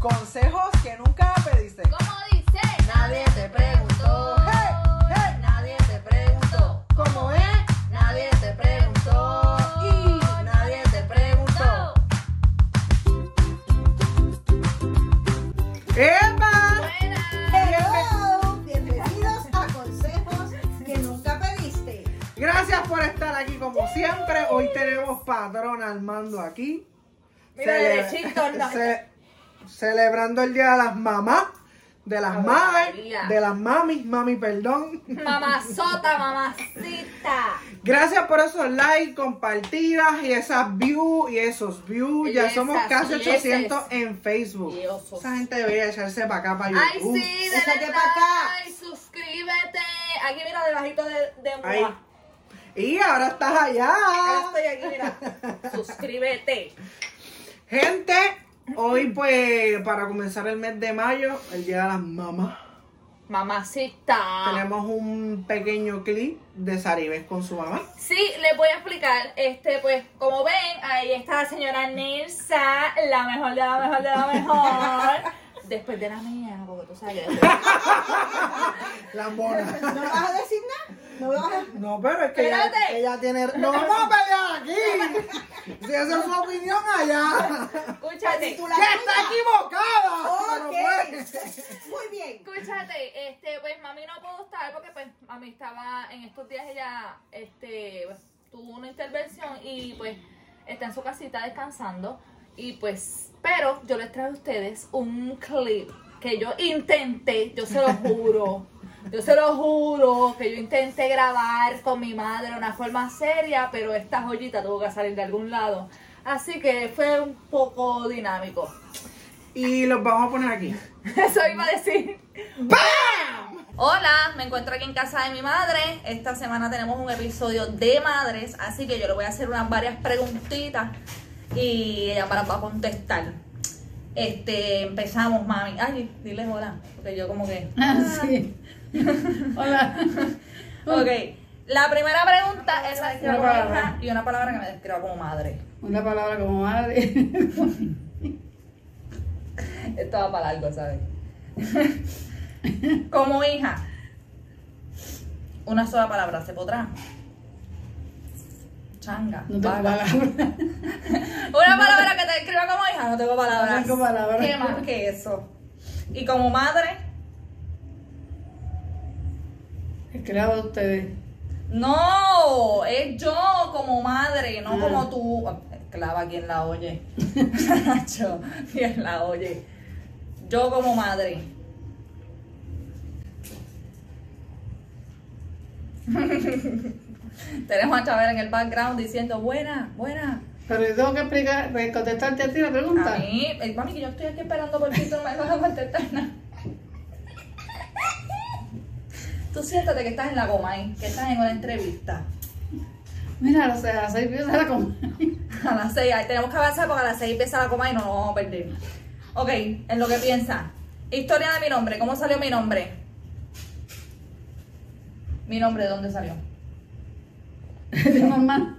Consejos que nunca pediste. ¿Cómo dice? Nadie te preguntó. Hey, hey. Nadie te preguntó. ¿Cómo es? Nadie te preguntó. Y nadie te preguntó. ¡Epa! Hello, bienvenidos a consejos que nunca pediste. Gracias por estar aquí como siempre. Hoy tenemos patrón Armando aquí. Mira, Cele- derechito, no. ce- celebrando el día de las mamás, de las madres, María. de las mamis, mami, perdón. Mamazota, mamacita. Gracias por esos likes, compartidas y esas views y esos views. Ya Y somos esas, casi y 800 en Facebook. Y osos. Esa gente debería echarse para acá, para Ay, YouTube. sí, échate dale pa' acá. like, suscríbete. Aquí mira debajito de, de Ahí. Mua. Y ahora estás allá. Ahora estoy aquí, mira. Suscríbete. Gente, hoy pues para comenzar el mes de mayo, el Día de las Mamás, Mamacita. tenemos un pequeño clip de Saribes con su mamá. Sí, les voy a explicar. Este, pues, como ven, ahí está la señora Nilsa, la mejor de la mejor de la mejor. Después de la mía, porque tú sabes. La mona. ¿No vas a decir nada? ¿No vas a... No, pero es que ella, Espérate. ella tiene... ¡No vamos a pelear aquí! Si esa es su opinión allá. Escúchate. Tú la ¡Que está equivocada! Ok. Muy bien. Escúchate, este, pues mami no pudo estar porque pues mami estaba en estos días ella este pues, tuvo una intervención y pues está en su casita descansando y pues pero yo les traje a ustedes un clip que yo intenté, yo se lo juro. Yo se lo juro que yo intenté grabar con mi madre de una forma seria, pero esta joyita tuvo que salir de algún lado. Así que fue un poco dinámico. Y los vamos a poner aquí. Eso iba a decir. Hola, me encuentro aquí en casa de mi madre. Esta semana tenemos un episodio de madres, así que yo le voy a hacer unas varias preguntitas y ella para va a contestar. Este, empezamos, mami. Ay, dile hola, porque yo como que. Ah, sí. Hola. Ok. La primera pregunta es la Mm. Una palabra. y una palabra que me describa como madre. Una palabra como madre. Esto va para largo, ¿sabes? como hija. Una sola palabra, ¿se podrá? Changa. No tengo vaga. palabra. Una palabra que te describa como hija, no tengo palabras. No tengo palabras. ¿Qué más que eso? Y como madre, El creado de ustedes. no, es yo como madre, no Ah. como tú. Clava quien la oye. Nacho, quien la oye. Yo como madre. Tenemos a Chabel en el background diciendo, buena, buena. Pero yo tengo que explicar, pues, contestarte a ti la A pregunta. mí, eh, mami, que yo estoy aquí esperando por ti, tú no me vas a contestar nada. Tú siéntate que estás en la goma ahí, que estás en una entrevista. Mira, a las a las seis piezas la com- A las seis, ahí tenemos que avanzar porque a las seis empieza la coma y no nos vamos a perder. Ok, en lo que piensa. Historia de mi nombre, ¿cómo salió mi nombre? Mi nombre, ¿de dónde salió? de mamá.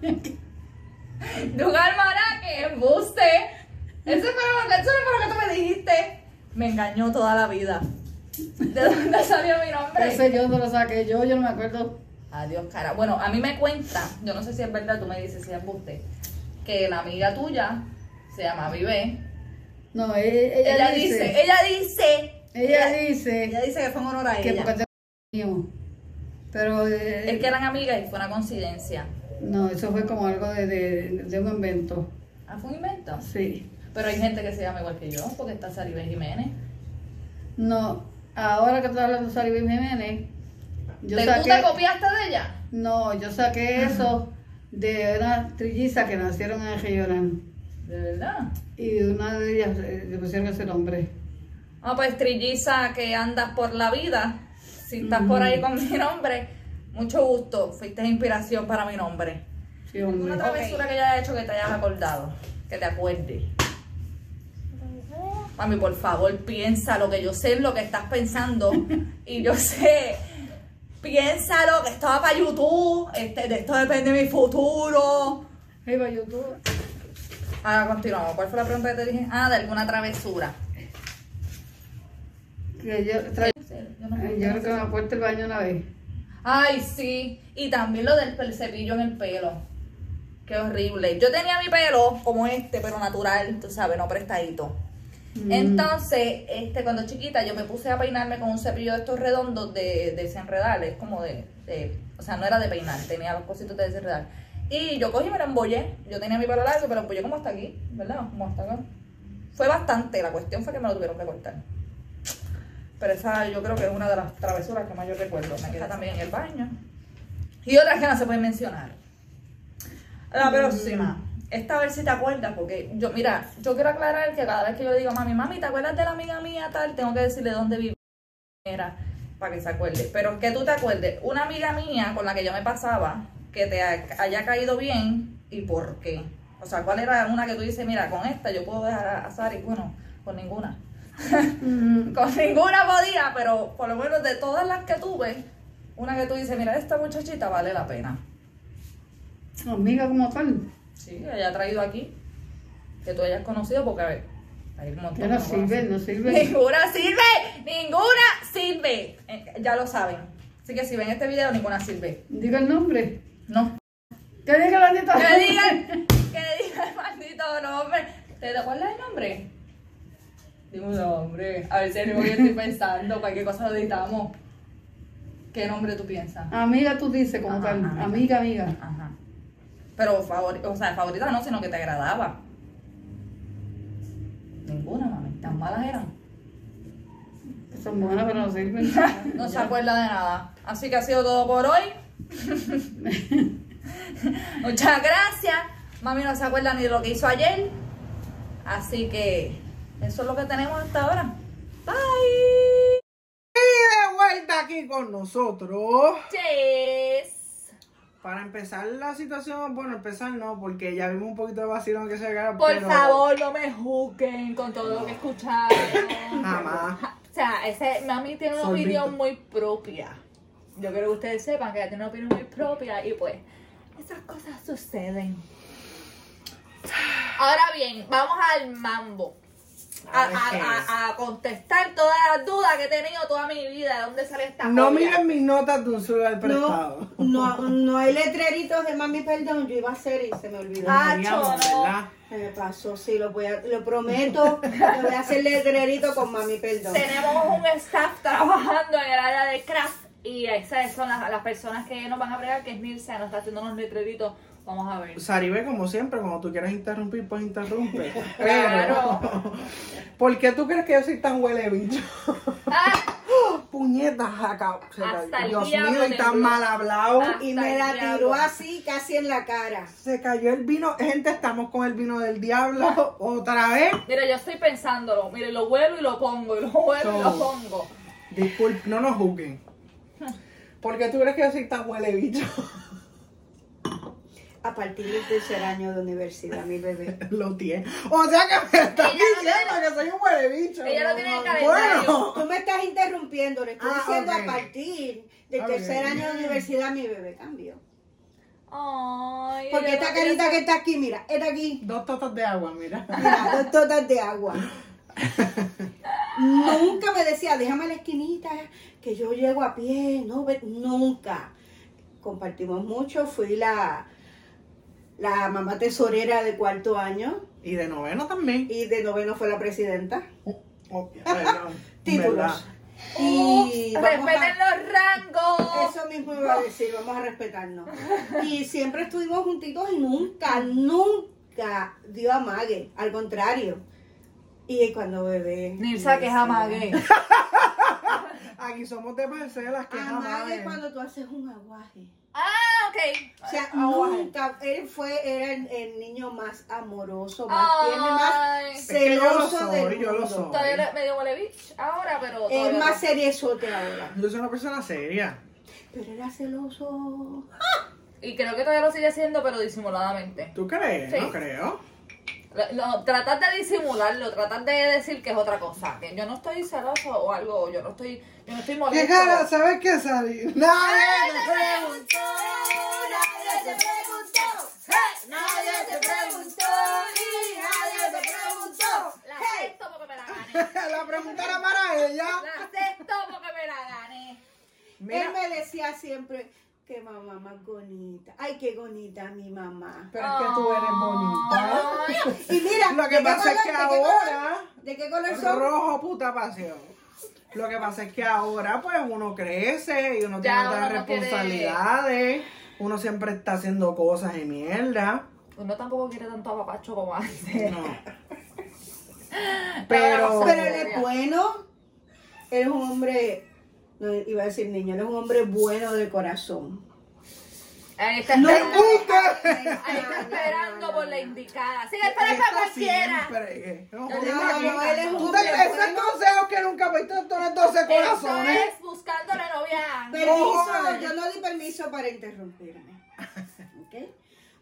Dugar Maraque, embuste. Ese fue lo que, eso fue lo que tú me dijiste. Me engañó toda la vida. ¿De dónde salió mi nombre? Ese yo no lo saqué, yo, yo no me acuerdo. Adiós, cara. Bueno, a mí me cuenta, yo no sé si es verdad, tú me dices si es usted, que la amiga tuya se llama Vive. No, e- ella, Ella, dice, dice. ella dice, Ella, ella dice dice que fue en honor a que ella. porque te dijimos. Pero eh, Es que eran amigas y fue una coincidencia. no, eso fue como algo de, de, de un invento. Ah, fue un invento. Sí. Pero hay gente que se llama igual que yo, porque está Saribel Jiménez. No, ahora que estoy hablando de Saribí Jiménez, yo ¿Te, ¿Tú saqué. te copiaste de ella? No, yo saqué eso de una trilliza que nacieron en Gellorán. De verdad. Y una de ellas eh, le pusieron ese nombre. Ah, pues trilliza que andas por la vida. Si estás por ahí con mi nombre, mucho gusto. Fuiste inspiración para mi nombre. Sí, hombre. Una travesura que haya hecho que te hayas acordado, que te acuerdes. Mami, por favor, piensa lo que yo sé, lo que estás pensando. y yo sé, piénsalo, que esto va para YouTube. Este, de esto depende mi futuro. Ahí va YouTube. Ahora continuamos. ¿Cuál fue la pregunta que te dije? Ah, de alguna travesura. que yo, tra- Yo no- Ay, yo creo que me aporté el baño una vez. Ay, sí. Y también lo del pel- cepillo en el pelo. Qué horrible. Yo tenía mi pelo como este, pero natural, tú sabes, no prestadito. Entonces, este, cuando chiquita, yo me puse a peinarme con un cepillo de estos redondos de desenredar. Es como de, de- O sea, no era de peinar, tenía los cositos de desenredar. Y yo cogí y me lo embollé. Yo tenía mi pelo largo, pero embollé como hasta aquí, ¿verdad? Como hasta acá. Fue bastante. La cuestión fue que me lo tuvieron que cortar. Pero esa yo creo que es una de las travesuras que más yo recuerdo. Me queda también en el baño. Y otras que no se pueden mencionar. Ah, La próxima. Esta a ver si te acuerdas, porque yo, mira, yo quiero aclarar que cada vez que yo le digo a mami, mami, ¿te acuerdas de la amiga mía tal? Tengo que decirle dónde vivía era para que se acuerde. Pero que tú te acuerdes, una amiga mía con la que yo me pasaba, que te ha- haya caído bien y por qué. O sea, ¿cuál era una que tú dices, mira, con esta yo puedo dejar a- a Sari? Bueno, con ninguna. con ninguna podía, pero por lo menos de todas las que tuve, una que tú dices, mira, esta muchachita vale la pena. Amiga como tal. Sí, que haya traído aquí, que tú hayas conocido, porque a ver, hay un montón Ya no que no sirve, no conoces. sirve. Ninguna sirve, ninguna sirve. Eh, ya lo saben. Así que si ven este video, ninguna sirve. Diga el nombre. No. Te dije la neta. Que digan, que digan el maldito nombre. ¿Te acuerdas el nombre? Dime un nombre. A ver si es lo que yo estoy pensando, para qué cosa lo editamos. ¿Qué nombre tú piensas? Amiga tú dices como Ajá, tal. ajá. Amiga, amiga. Ajá. Pero favor, o sea, favorita no, sino que te agradaba. Ninguna, mami. Tan malas eran. Son buenas pero no sirven. No se acuerda de nada. Así que ha sido todo por hoy. Muchas gracias. Mami no se acuerda ni de lo que hizo ayer. Así que eso es lo que tenemos hasta ahora. Bye. Y de vuelta aquí con nosotros. Yes. Para empezar la situación, bueno, empezar no, porque ya vimos un poquito de vacilón que se llegara. Por pero favor, no me juzguen con todo lo que escucharon. Jamás. O sea, ese, mami tiene una Sorbito. opinión muy propia. Yo quiero que ustedes sepan que ella tiene una opinión muy propia y pues esas cosas suceden. Ahora bien, vamos al mambo. A, A ver qué a- es. a- a contestar todas las dudas que he tenido toda mi vida. ¿De dónde sale esta No joya? miren mis notas de un celular prestado. No, no, no hay letreritos de mami, perdón, yo iba a hacer y se me olvidó. Ah. Digamos, cholo. ¿verdad? Se me pasó, sí, lo voy a, lo prometo, que voy a hacer letrerito con mami, perdón. Tenemos un staff trabajando en el área de craft y esas son las, las personas que nos van a bregar, que es Nilsa, nos está haciendo unos letreritos. Vamos a ver. Saribe, como siempre, cuando tú quieras interrumpir, pues interrumpe. Claro. Pero, ¿por qué tú crees que yo soy tan huele bicho? Ah. Puñetas, acá. se Hasta cayó. el Dios diablo mío, y te tan habló. mal hablado. Ah. Y me la tiró así, casi en la cara. Se cayó el vino. Gente, estamos con el vino del diablo otra vez. Mira, yo estoy pensándolo. Mire, lo vuelo y lo pongo, y lo vuelo y lo Todo. pongo. Disculpe, no nos juzguen. ¿Por qué tú crees que yo soy tan huele bicho? A partir del tercer año de universidad, mi bebé. Lo tiene. O sea que me estás Ella no diciendo que soy un huele bicho. Ella no tiene el calendario. Bueno. Tú me estás interrumpiendo, le estoy Ah, diciendo ok. Ah, a partir del Ok. tercer año de universidad, mi bebé cambió. Ay, Porque ella esta no tiene carita esa- que está aquí, mira, es aquí. Dos totas de agua, mira. Mira, dos totas de agua. Nunca me decía, déjame la esquinita, que yo llego a pie. No, ve- nunca. Compartimos mucho. Fui la, la mamá tesorera de cuarto año Y de noveno también. y de noveno fue la presidenta. Oh, perdón, Títulos. ¿verdad? Y vamos a- Respeten los rangos. Eso mismo iba a decir, vamos a respetarnos. Y siempre estuvimos juntitos y nunca, nunca dio amague, al contrario. Y cuando bebé. Nilsa, que es amague. Aquí somos de parcelas que Amague jamás. cuando tú haces un aguaje. Ah, ok. O sea, Aguaje. nunca, él fue, era el, el niño más amoroso, más tierno, más Ay. Es que yo lo celoso soy, del yo lo mundo. soy. Todavía le- medio huele bitch ahora, pero. es todavía más no. seriezote ahora. Yo soy una persona seria. Pero era celoso. Y creo que todavía lo sigue haciendo, pero disimuladamente. ¿Tú crees? Sí. No creo. Lo, lo- tratar de disimularlo, tratar de decir que es otra cosa. Que yo no estoy celoso o algo, yo no estoy, yo no estoy molesto. ¿Qué cara? ¿Sabes qué salir? Nadie me preguntó. Nadie te preguntó, nadie te preguntó y nadie te preguntó. La acepto porque me la gané. la pregunta era para ella. La acepto porque me la gané. Mira, Él me decía siempre, qué mamá más bonita. Ay, qué bonita mi mamá. pero es que tú eres bonita. Ay, Y mira, Lo que ¿de qué pasa es color- que de qué color- ahora- ¿De qué color son? Rojo, puta pasión. Lo que pasa es que ahora, pues, uno crece y uno Ya, tiene otras uno no quiere- responsabilidades. Uno siempre está haciendo cosas de mierda. Uno tampoco quiere tanto apapacho como antes. No. Pero. Pero él es bueno. Él es un hombre, no iba a decir niño, él es un hombre bueno de corazón. Ahí está ¡Me esperando, gusta! ahí está esperando por la indicada. Sigue esperando a Esta cualquiera. siempre. No, Yo jodas. digo, no, él es un Tú te- hombre Ese bueno. consejo que nunca viste en todos los 12 Esto ¿eh? corazones. es buscando la novia. Permiso, Cojones. yo no di permiso para interrumpirme. ¿Ok?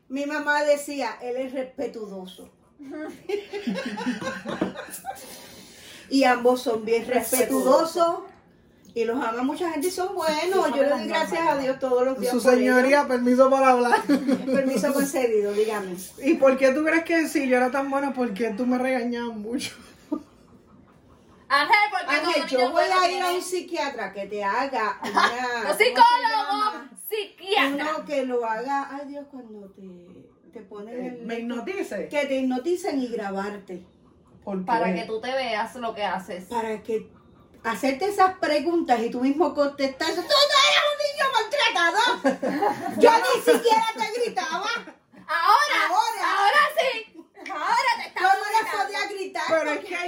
Mi mamá decía, él es respetuoso. y ambos son bien respetuosos. Y los ama mucha gente y son buenos. Yo le doy gracias a Dios todos los días. Su por ello. señoría, permiso para hablar. Permiso concedido, dígame. ¿Y por qué tú crees que si yo era tan buena, por qué tú me regañabas mucho? Ángel, porque todo Ángel, niño yo voy bueno a ir a tiene- un psiquiatra que te haga una... Un ¿cómo psicólogo, se llama? psiquiatra. Uno que lo haga, ay Dios, cuando te, te ponen el... Eh, Me hipnotice. que te hipnoticen y grabarte ¿Por qué? Para que tú te veas lo que haces. para que hacerte esas preguntas y tú mismo contestar. Tú no eres un niño maltratador. Yo ni siquiera te gritaba. Ahora, Ahora. ahora, sí. Ahora te Yo estás no les podía gritar. Pero es porque- que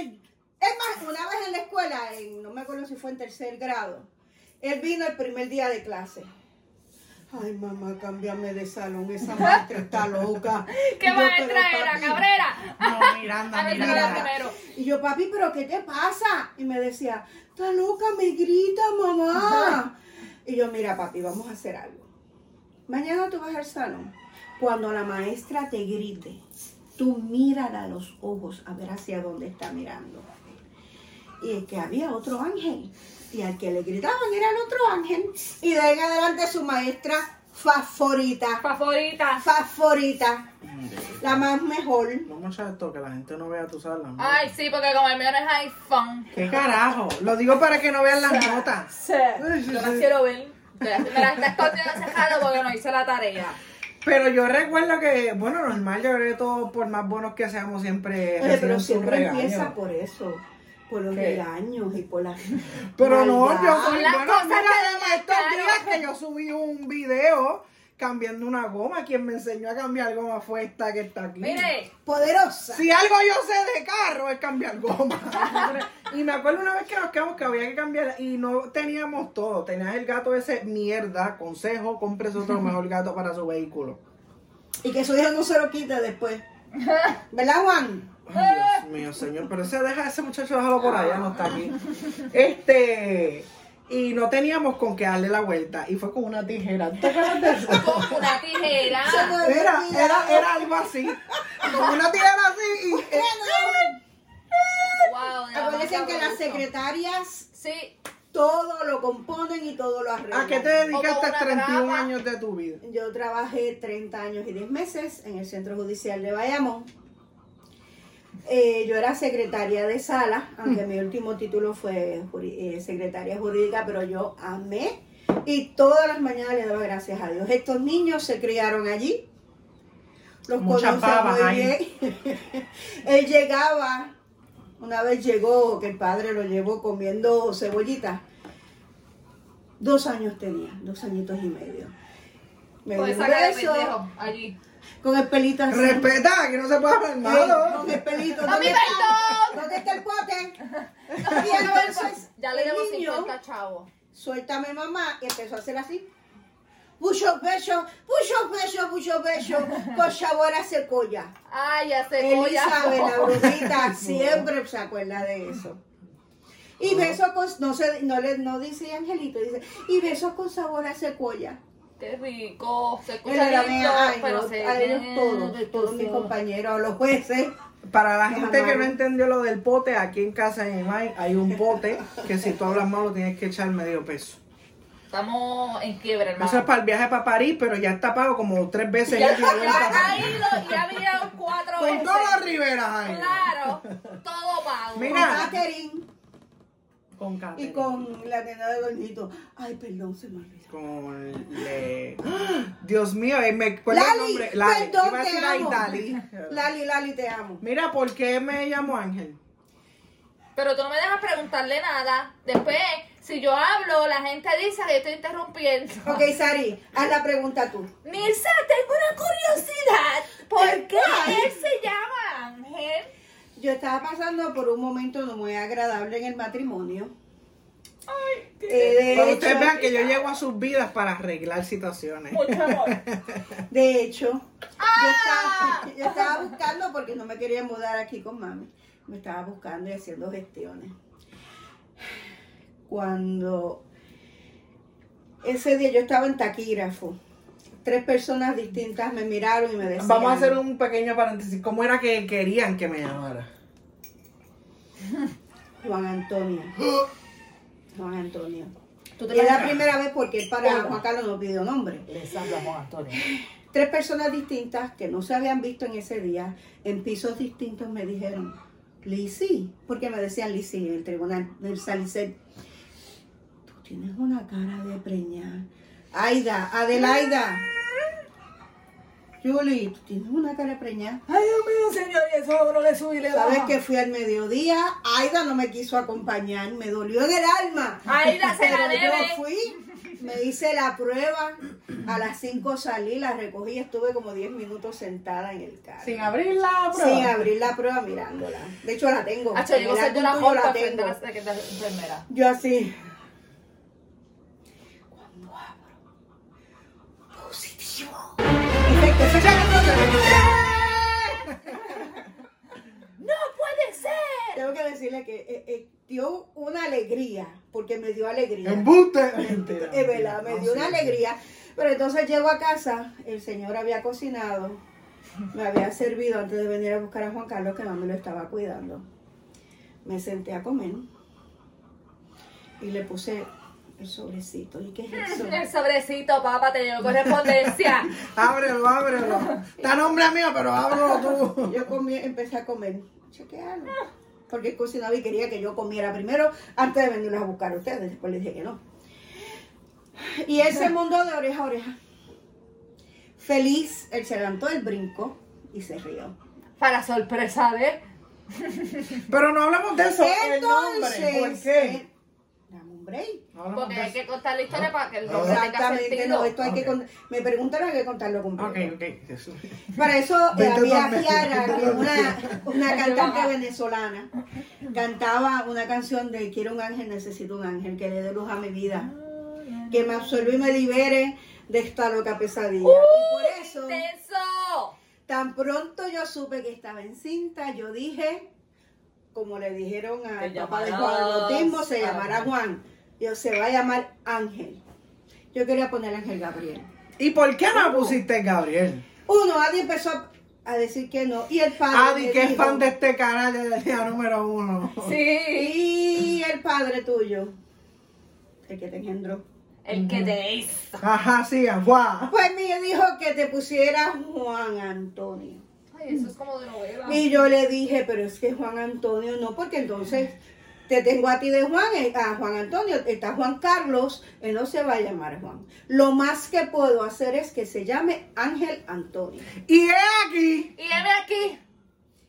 Es más, una vez en la escuela, en- no me acuerdo si fue en tercer grado, él vino el primer día de clase. Ay, mamá, cámbiame de salón, esa maestra está loca. ¿Qué Yo, maestra pero, era, papi, cabrera? No, Miranda, A ver, Miranda. la primero. Y yo, papi, ¿pero qué te pasa? Y me decía, está loca, me grita, mamá. Y yo, mira, papi, vamos a hacer algo. Mañana tú vas al salón. Cuando la maestra te grite, tú mírala a los ojos a ver hacia dónde está mirando. Y es que había otro ángel. Y al que le gritaban era el otro ángel. Y de ahí en adelante su maestra favorita. Favorita. Favorita. La más mejor. Vamos a esto, que la gente no vea tu sala. Ay, sí, porque como el mío no es iPhone. ¿Qué carajo? Lo digo para que no vean las notas. Sí. Yo las quiero ver. Me las me las está escondiendo ese jalo porque no hice la tarea. Pero yo recuerdo que, bueno, normal, yo creo que todos, por más buenos que seamos, siempre Oye, pero reciben su siempre regaño. empieza por eso, por los ¿Qué? regaños y por las. Pero no, yo maldades. soy Las bueno, cosas mira, que además, estos dañaron. días que yo subí un video cambiando una goma, quien me enseñó a cambiar goma fue esta que está aquí. Mire, Poderosa. Si algo yo sé de carro es cambiar goma. y me acuerdo una vez que nos quedamos que había que cambiar y no teníamos todo. Tenías el gato ese mierda, consejo, compres otro mejor gato para su vehículo. Y que su hijo no se lo quite después. ¿Verdad, Juan? Ay, Dios mío, señor, pero ese deja ese muchacho déjalo por allá, no está aquí. Este, y no teníamos con qué darle la vuelta y fue con una tijera. ¿Te acuerdas de eso? con una tijera. Ah, Se me olvidó. Era, era, eh, era algo así. Con una tijera así y eh, Wow, de Acuérdense que demasiado las gusto. secretarias Sí, todo lo componen y todo lo arreglan. ¿A qué te O dedicaste con una 31 grapa. años de tu vida? Yo trabajé 30 años y 10 meses en el Centro Judicial de Bayamón. Eh, yo era secretaria de sala, Mm. aunque mi último título fue juri- eh, secretaria jurídica, pero yo amé y todas las mañanas le daba gracias a Dios. Estos niños se criaron allí, los Muchas conocía babas muy ahí. bien. Él llegaba, una vez llegó, que el padre lo llevó comiendo cebollitas. Dos años tenía, dos añitos y medio. Me con dio esa un cara de beso, pues pendejo allí. con el pelito así. Respeta, que no se puede hablar Ey, malo. Con el pelito. ¡Mami, ¿dónde está? ¿Dónde está el pote? Y entonces, Pues, Ya le el debo niño, 50 chavos. Suéltame mamá, y empezó a hacer así. Pucho pecho, pucho pecho, pucho pecho, con sabor a secoya. Ay, ya se Elizabeth, la brujita, siempre se acuerda de eso. Y besos con, no, se, no, le, no dice angelito, dice, y besos con sabor a secoya. Qué rico. Se Él escucha era lindo, mea, ay, pero no, se a ellos ve todos, todos mis delicioso. compañeros, los jueces. Para la Los gente que no amaron. entendió lo del pote, aquí en casa de mi mamá hay un pote que si tú hablas malo tienes que echar medio peso. Estamos en quiebra, hermano. Eso es para el viaje para París, pero ya está pago como tres veces. ya, ya tiene vuelta. ya ha ido y ha mirado cuatro Con veces. todos los Riveras ahí. Claro, todo pago. un- Mira. Con Catherine Con Catherine. y con la tienda de Gornito. Ay, perdón, se me olvidó. Con le... ¡Ah! Dios mío, eh, me ¿cuál es el Lali, nombre? perdón, Iba a te decir amo. Aidali. Lali, Lali, te amo. Mira, ¿por qué me llamo Ángel? Pero tú no me dejas preguntarle nada. Después, si yo hablo, la gente dice que yo estoy interrumpiendo. Ok, Sari, haz la pregunta tú. Nilsa, tengo una curiosidad. ¿Por qué él se llama Ángel? Yo estaba pasando por un momento no muy agradable en el matrimonio. Ay, Para de, ustedes vean hecho, que yo llego a sus vidas para arreglar situaciones. Mucho amor. de hecho, Ah. yo, estaba, yo estaba buscando porque no me quería mudar aquí con mami. Me estaba buscando y haciendo gestiones. Cuando ese día yo estaba en taquígrafo, tres personas distintas me miraron y me decían. Vamos a hacer un pequeño paréntesis. ¿Cómo era que querían que me llamara? Juan Antonio. Juan Antonio. Tú Y es la primera vez porque para Juan Carlos no pidió nombre. Les habla Juan Antonio. Tres personas distintas que no se habían visto en ese día, en pisos distintos, me dijeron, Lisi, porque me decían Lisi en el tribunal del Salicet, tú tienes una cara de preñar. Aida, Adelaida. Julie, tú tienes una cara de preñar. Ay, Dios mío, señor, y eso no le subí, le Sabes baja. que fui al mediodía, Aida no me quiso acompañar, me dolió en el alma. Aida, se la Pero debe. Yo fui, me hice la prueba, a las 5 salí, la recogí, estuve como 10 minutos sentada en el carro. Sin abrir la prueba. Sin abrir la prueba mirándola. De hecho la tengo. Hacho, En llegó el a ser de álbum una tuyo jorpa la frente a tengo. la frente de la enfermera. Yo así. Cuando abro. Positivo. Perfecto, eso ya no lo tengo. ¡Eh! ¡No puede ser! Tengo que decirle que eh, eh, dio una alegría, porque me dio alegría. ¡Embuste! Es verdad, me dio una alegría. Pero entonces llego a casa, el señor había cocinado, me había servido antes de venir a buscar a Juan Carlos, que mami lo estaba cuidando. Me senté a comer y le puse el sobrecito. ¿Y qué es eso? El sobrecito, papá, te llegó correspondencia. Ábrelo, ábrelo. Está nombre mío, pero ábrelo tú. Yo comí, empecé a comer, chequearlo. Porque él cocinaba y quería que yo comiera primero antes de venirlos a buscar a ustedes. Después les dije que no. Y ese mundo de oreja a oreja. Feliz, él se levantó del brinco y se rió. Para sorpresa de él. Pero no hablamos de eso. el nombre. ¿Por qué? eh, dame un break. No hablamos Porque de hay eso. que contar la historia para que el nombre tenga Ah, Exactamente, sentido. no, esto hay que Ok. cont- Me preguntaron, hay que contarlo completo. Ok, ok. Jesús. Para eso eh, Vente había donde- Kiara, vente que donde- una, una cantante venezolana, cantaba una canción de Quiero un ángel, necesito un ángel que le dé luz a mi vida, que me absorba y me libere de esta loca pesadilla. y por eso, ¡Tenso! tan pronto yo supe que estaba encinta, yo dije, como le dijeron al Te papá de Juan llamarás al bautismo, se Ángel. llamará Juan. Yo se va a llamar Ángel. Yo quería poner Ángel Gabriel. ¿Y por qué no pusiste Gabriel? Uno, Adi empezó a- a decir que no. Y el padre. Adi, me Ah, que es dijo, fan de este canal desde el día número uno. Sí. Y el padre tuyo, el que te engendró. El que tenéis. Ajá, sí, guau. Pues me dijo que te pusiera Juan Antonio. Ay, eso es como de novela. Y yo le dije, pero es que Juan Antonio no, porque entonces te tengo a ti de Juan, eh, a Juan Antonio, está Juan Carlos, él no se va a llamar Juan. Lo más que puedo hacer es que se llame Ángel Antonio. Y es aquí. Y heme aquí.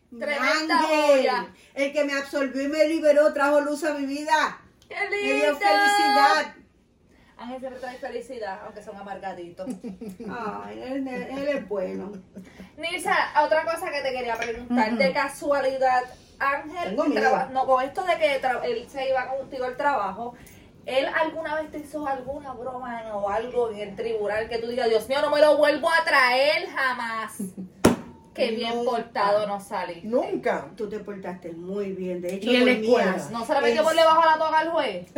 Tremenda Ángel, olla. el que me absorbió y me liberó, trajo luz a mi vida, ¡Qué me lindo! dio felicidad. Ángel siempre trae felicidad, aunque son amargaditos. Ay, él, él es bueno. Nilsa, otra cosa que te quería preguntar. De casualidad, Ángel, Tengo miedo. traba- no, con esto de que tra- él se iba contigo al trabajo, ¿él alguna vez te hizo alguna broma o algo en el tribunal que tú digas, Dios mío, no me lo vuelvo a traer jamás? Qué bien Nunca. portado no saliste. Nunca. Tú te portaste muy bien. De hecho, Y en la dormías. escuela. No se le metió Es- por debajo la toga al juez.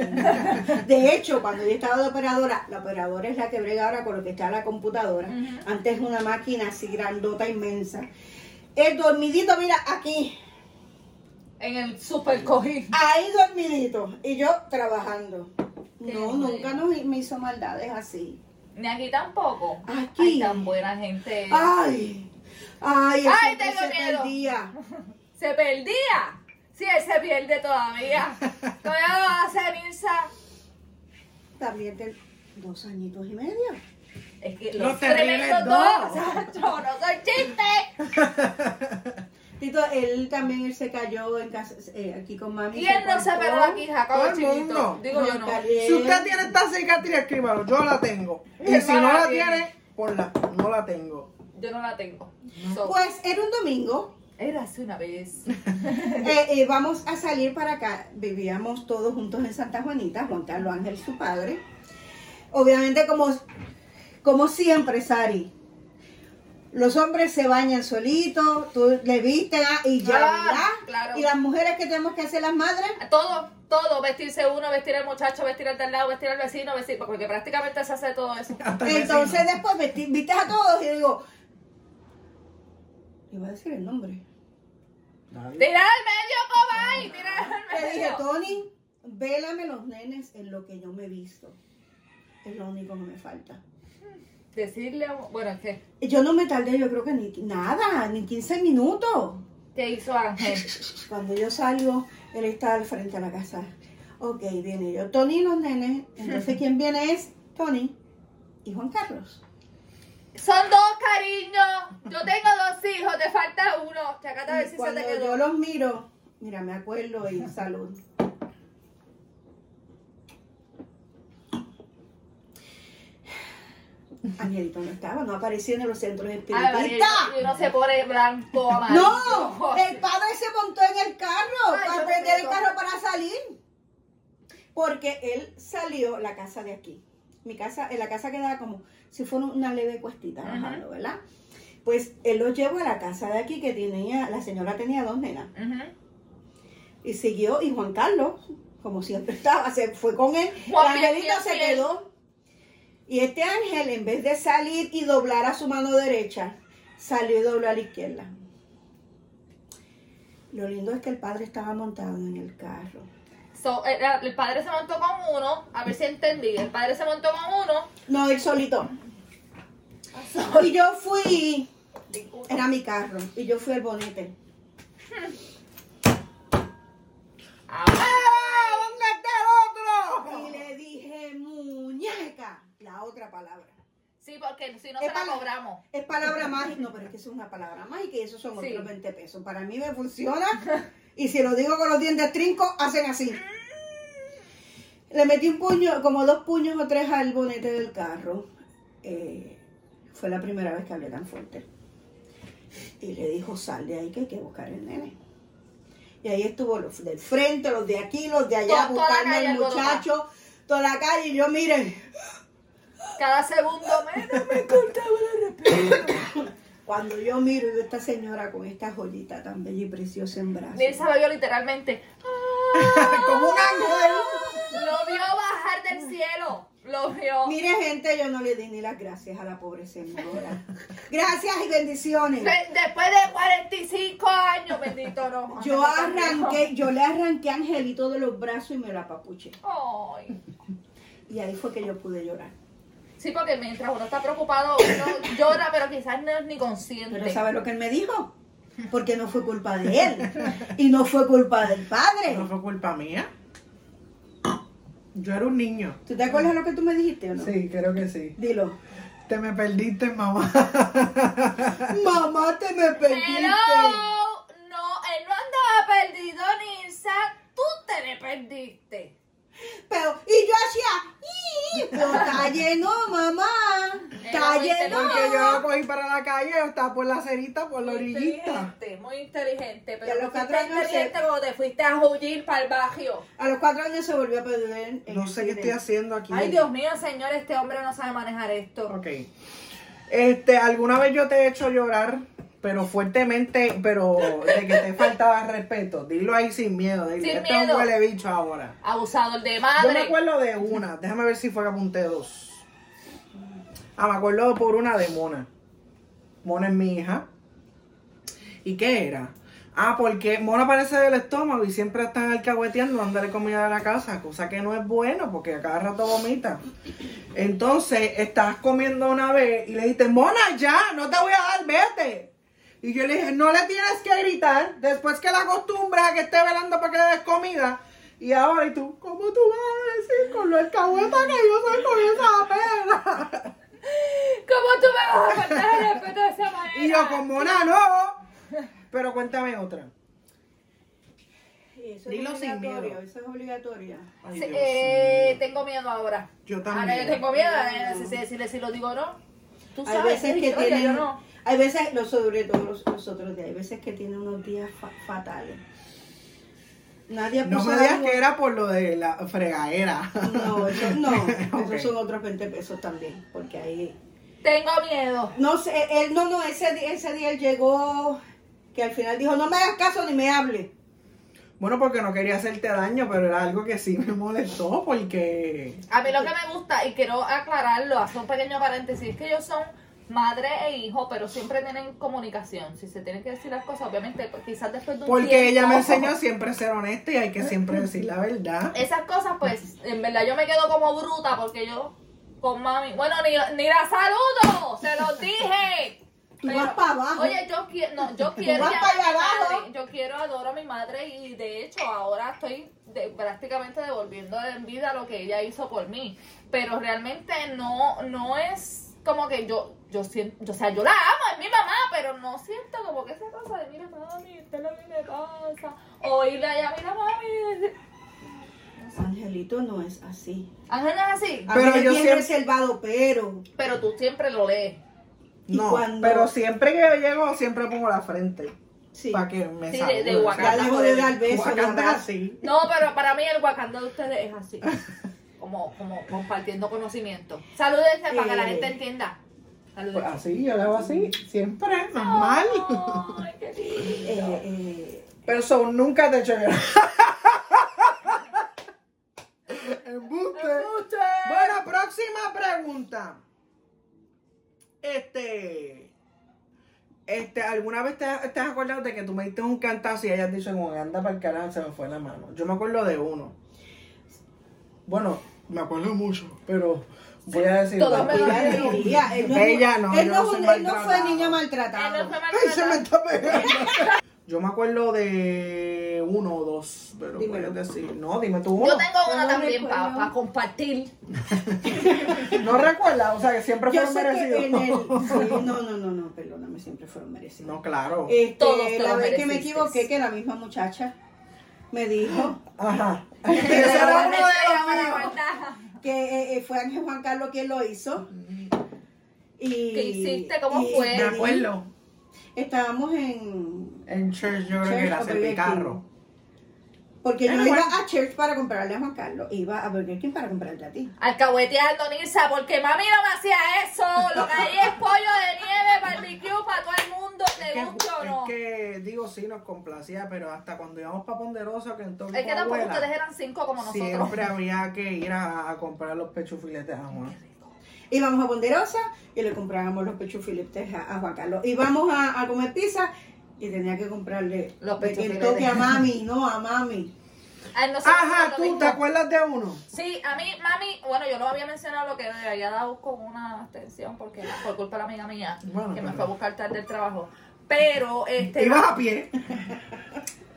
De hecho, cuando yo estaba de operadora, la operadora es la que brega ahora con lo que está la computadora. Antes una máquina así grandota, inmensa. El dormidito, mira, aquí. En el super cojín. Ahí dormidito. Y yo trabajando. Qué no, bueno. nunca nos, me hizo maldades así. Ni aquí tampoco. Aquí. Ah. Ay, tan buena gente. Ay, ay, eso Eh. Ay, que tengo se miedo. perdía. Se perdía. Sí, él se pierde todavía. Todavía lo hace, Mirza. También de dos añitos y medio. Es que Los los, terribles tremendos dos. dos. Yo no soy chiste. Tito, él también él se cayó en casa, eh, aquí con mami. ¿Quién no se cortó. pegó aquí, Jacobo Todo el chiquito? mundo. Digo yo no. Si usted tiene esta cicatriz, escríbalo. Yo la tengo. Y Mi si no hermana la la tiene. tiene, ponla. No la tengo. Yo no la tengo. So, Pues era un domingo, era hace una vez. eh, eh, vamos a salir para acá. Vivíamos todos juntos en Santa Juanita, Juan Carlos Ángel, su padre. Obviamente, como, como siempre, Sari, los hombres se bañan solitos, tú le viste ah, y ya, Ah, ¿verdad? claro. Y las mujeres que tenemos que hacer las madres, Todo, todo, vestirse uno, vestir al muchacho, vestir al del lado, vestir al vecino, vestir, porque prácticamente se hace todo eso. Hasta el entonces vecino. después vesti- viste a todos y digo, iba a decir el nombre. ¡Tira al medio, Cobay! ¡Tira al Le dije, medio! Tony, vélame los nenes en lo que yo me he visto. Es lo único que me falta. Decirle, bueno, es que, Yo no me tardé, yo creo que ni nada, ni 15 minutos. ¿qué hizo Ángel? Cuando yo salgo, él está al frente de la casa. Ok, viene yo, Tony y los nenes. Entonces, ¿quién viene es Tony y Juan Carlos? Son dos, cariño. Yo tengo dos hijos, te falta uno. Chacata, a ver Y si se cuando te yo quedó. los miro, mira, me acuerdo y salud. Angelito no estaba, no aparecía en los centros Ay, María, espiritistas. Y uno se pone blanco, amarillo. No, el padre se montó en el carro Ay, para Ah, yo prender el respeto. carro para salir. Porque él salió la casa de aquí. Mi casa, en la casa quedaba como si fuera una leve cuestita Ajá. bajando, ¿verdad? Pues él lo llevó a la casa de aquí que tenía, la señora tenía dos nenas. Ujú. Y siguió, y Juan Carlos, como siempre estaba, se fue con él. Juan el angelito bien, se bien, bien. quedó. Y este ángel, en vez de salir y doblar a su mano derecha, salió y dobló a la izquierda. Lo lindo es que el padre estaba montado en el carro. So, el, el padre se montó con uno, a ver si entendí. El padre se montó con uno. No, él solito. Y yo fui, era mi carro, y yo fui el bonete. ¡Ah! ¿Dónde está el Y otro? le dije, muñeca, la otra palabra. Sí, porque si no Es se la para- cobramos. Es palabra mágica. No, pero es que eso es una palabra mágica y esos son Sí. otros 20 pesos. Para mí me funciona. Y si lo digo con los dientes trincos, hacen así. Le metí un puño, como dos puños o tres al bonete del carro. Eh, fue la primera vez que hablé tan fuerte. Y le dijo, sal de ahí que hay que buscar el nene. Y ahí estuvo los del frente, los de aquí, los de Toda- allá, toda la buscando calle al alborotada. muchacho, toda la calle. Y yo, miren, Cada segundo menos me cortaba la respeto. Cuando yo miro y veo a esta señora con esta joyita tan bella y preciosa en brazos. Mirza lo vio literalmente. Como un ángel. Lo vio bajar del cielo. Lo vio. Mire, gente, yo no le di ni las gracias a la pobre señora. Gracias y bendiciones. De- Después de 45 años, bendito no. Yo arranqué, yo le arranqué a Angelito de los brazos y me la papuché. Ay. Y ahí fue que yo pude llorar. Sí, porque mientras uno está preocupado, uno llora, pero quizás no es ni consciente. Pero ¿sabe lo que él me dijo? Porque no fue culpa de él. Y no fue culpa del padre. No fue culpa mía. Yo era un niño. ¿Tú te acuerdas lo que tú me dijiste o no? Sí, creo que sí. Dilo. Te me perdiste, mamá. Mamá, te me perdiste. Hello. No, él no andaba perdido, Nilsa. Tú te le perdiste. Pero, y yo hacía, "Ii", pero está lleno, mamá, está Era muy lleno. Porque yo la cogí para la calle, yo estaba por la cerita, por la orillita. Inteligente, muy inteligente. Y a Pero no los fuiste cuatro años inteligente se- como te fuiste a huir para el barrio. A los cuatro años se volvió a perder. en- en No el sé qué cine. estoy haciendo aquí. Ay, Dios mío, señor, este hombre no sabe manejar esto. Ok. Este, alguna vez yo te he hecho llorar, pero fuertemente, pero de que te faltaba respeto. Dilo ahí sin miedo. Dile, Sin este es un miedo. huele bicho ahora. Abusador de Yo me madre. acuerdo de una. Déjame ver si fue que apunté dos. Ah, me acuerdo por una de Mona. Mona es mi hija. ¿Y qué era? Ah, porque Mona parece del estómago y siempre están alcahueteando, dándole comida de la casa, cosa que no es bueno porque a cada rato vomita. Entonces, estás comiendo una vez y le dijiste, Mona, ya, no te voy a dar, vete. Y Y yo le dije, no le tienes que gritar después que la acostumbras a que esté velando para que le des comida. Y ahora, ¿y tú? ¿Cómo tú vas a decir con lo alcahueta que yo soy con esa perra? ¿Cómo tú me vas a faltar el respeto de esa manera? Y yo, como una no. Pero cuéntame otra. Y eso Dilo es sin obligatorio, miedo. eso es obligatoria. Ay, Sí, Dios eh, tengo miedo ahora. Yo Ahora también. yo tengo miedo. ahora yo no sé si, si, si lo digo o no. Tú Hay sabes. veces sí, que oye, yo tienen, no. hay veces, los- sobre todo los, los otros días, hay veces que tienen unos días fa- fatales. Nadie mío. No puso me digas algo- que era por lo de la fregadera. No, eso- no, Ok. esos son otros 20 pesos también, porque ahí... Tengo miedo. No sé, él no, no, ese, di- ese día él llegó, que al final dijo, no me hagas caso ni me hable. Bueno, porque no quería hacerte daño, pero era algo que sí me molestó porque... A mí lo que me gusta, y quiero aclararlo, hacer un pequeño paréntesis, es que ellos son madre e hijo, pero siempre tienen comunicación. Si se tienen que decir las cosas, obviamente, pues, quizás después de un tiempo. Porque ella me enseñó siempre a ser honesta y hay que siempre decir la verdad. Esas cosas, pues, en verdad yo me quedo como bruta porque yo con mami. Bueno, ni, ni la saludo, se los dije. Tú vas pa' abajo. Oye, yo quiero, no, yo quiero. vas y pa' amo a mi abajo. madre, Yo quiero, adoro a mi madre y de hecho ahora estoy de- prácticamente devolviendo en vida lo que ella hizo por mí. Pero realmente no, no es como que yo, yo siento, o sea, yo la amo, es mi mamá, pero no siento como que esa cosa de mira mami, usted lo que me pasa. O irle allá, mira mami. Angelito no es así. Ángel no es así. A Pero mí yo es bien siempre- reservado, pero... Pero tú siempre lo lees. Y No, cuando- pero siempre que yo llego, siempre pongo la frente. Sí, Para que me Sí, de- salude. de O sea, guacata. ya dejo de dar besos. de guacata abrazo. Eh, así. No, pero para mí el Wakanda de ustedes es así. Como, como compartiendo conocimiento. Salúdense para que la Eh. gente entienda. Pues Salúdense. así, yo le hago así. Siempre, normal. Ay, qué lindo. Eh, eh, Pero son nunca te he hecho llorar. Embuste. Bueno, próxima pregunta. Este. Este, ¿alguna vez te, has- te has acordado de que tú me diste un cantazo y hayas dicho como anda para el carajo, se me fue la mano? Yo me acuerdo de uno. Bueno, me acuerdo mucho, pero voy a decir. Todos me ella debería, eh, él no, es- Ella no, él yo no, no soy él no fue maltratado. niño Él no maltratado. fue ¡Ay, se me maltratado. está pegando! Yo me acuerdo de uno o dos, pero Dímelo. puedes decir. No, dime tú uno. Yo tengo Yo una no también para recuerdo. compartir. No recuerdas, o sea, que siempre Yo fueron sé que en el... merecidos. sí, no, no, no, no, perdóname, siempre fueron merecidos. No, claro. Este, Todos te la lo vez que me mereciste. equivoqué, que la misma muchacha me dijo Ajá. Ese Ese era uno de los míos. de que eh, eh, fue Ángel Juan Carlos quien lo hizo. Y, ¿Qué hiciste? ¿Cómo y fue? le Me di- acuerdo. Estábamos en... En church yo creo Church que era o Burger hacer carro. Porque yo Era iba igual. a Church para comprarle a Juan Carlos, iba a Burger King para comprarle a ti. Alcahueteando, Nilsa, porque mami no me hacía eso. Lo que hay es pollo de nieve, barbecue para todo el mundo, te guste o no. es que, digo, sí, nos complacía, pero hasta cuando íbamos para Ponderosa, que entonces. Es que tampoco ustedes eran cinco como nosotros. Siempre había que ir a, a comprar los pechufiletes a Juan. Íbamos a Ponderosa y le comprábamos los pechufiletes a, a Juan Carlos. Íbamos a, a comer pizza y tenía que comprarle Los de pechufiletes. Kentucky a mami, no a mami. Ay, no sé Ajá, cómo lo ¿tú dijo. te acuerdas de uno? Sí, a mí, mami, bueno, yo lo había mencionado lo que me había dado con una abstención porque por culpa de la amiga mía Bueno, que me pero- fue a buscar tarde del trabajo. Pero este Ibas a pie.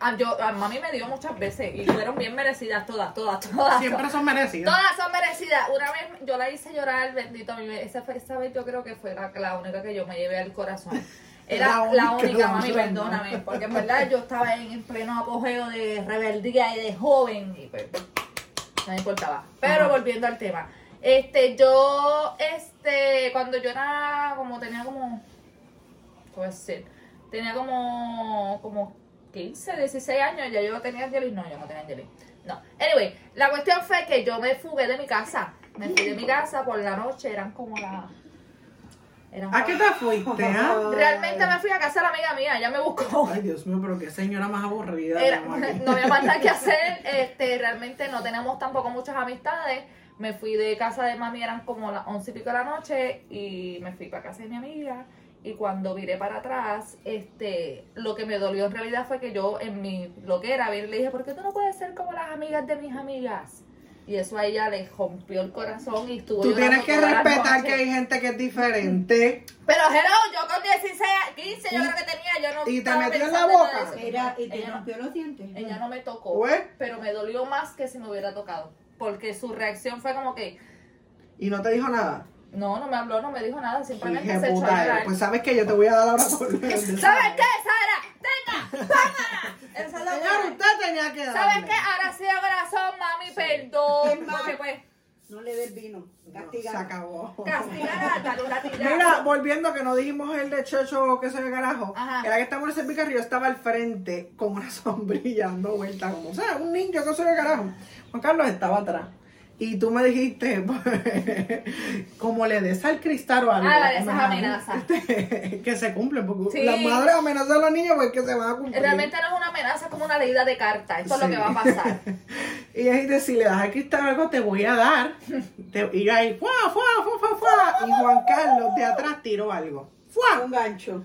a, yo, a mami me dio muchas veces y fueron bien merecidas todas, todas, todas. Siempre todas. son merecidos. Todas son merecidas. Una vez yo la hice llorar, bendito a mí. Esa, fue- esa vez yo creo que fue la, la única que yo me llevé al corazón. Era La la única, única, la mami, única, perdóname. Porque en verdad yo estaba en, en pleno apogeo de rebeldía y de joven. Y pues, no me importaba. Pero volviendo al tema. Este, yo, este, cuando yo era como tenía como ¿cómo decir? Tenía como, como 15, 16 años, ya yo tenía Angelis, no, yo no tenía Angelis. No. Anyway, la cuestión fue que yo me fugué de mi casa. Me fui de mi casa por la noche, eran como las. Eran ¿A qué te fuiste, ah? Realmente me fui a casa de la amiga mía, ella me buscó. Ay, Dios mío, pero qué señora más aburrida. Era- mamá. no había más nada que hacer, este, realmente no tenemos tampoco muchas amistades. Me fui de casa de mami, eran como las once y pico de la noche, y me fui para casa de mi amiga. Y cuando viré para atrás, este, lo que me dolió en realidad fue que yo en mi loquera, a ver, le dije, ¿por qué tú no puedes ser como las amigas de mis amigas? Y eso a ella le rompió el corazón y estuvo Tú llorando tienes que toda la respetar noche. que hay gente que es diferente Pero hello, yo con 16, 15 yo creo que tenía, yo no y te estaba metió en la pensando nada de boca. eso. Mira, y te Ella no- rompió los dientes. Ella no me tocó, Pues. pero me dolió más que si me hubiera tocado, porque su reacción fue como que, y no te dijo nada. no, no me habló, no me dijo nada, simplemente Dije, se echó puta, a llorar. pues sabes que yo te voy a dar ahora por ¿Sabes qué, Sara? ¡Tenga! ¡Págala! Eso es lo que- Señor, usted tenía que dar. ¿Sabes qué? Ahora sí de corazón, mami, perdón, porque pues, No le des vino. Se Castigada. acabó. castigar a tal una tirada. Mira, volviendo que no dijimos el de Checho o que se carajo, Ajá. era que estamos en ese picarrillo, estaba al frente con una sombrilla dando vuelta, como, o sea, un niño que se ve carajo. Juan Carlos estaba atrás. Y tú me dijiste, como le des al cristal o algo. Ah, vale, esas ajá, amenazas. este, que se cumplen, porque Sí. las madres amenazan a los niños porque se van a cumplir. Realmente no es una amenaza, es como una leída de carta. Esto es Sí. lo que va a pasar. Y ella dice, si le das al cristal algo, te voy a dar. Te- y ahí, ¡fua, fua, fua, fua, fua! Y Juan Carlos de atrás tiró algo. ¡Fua! Un gancho.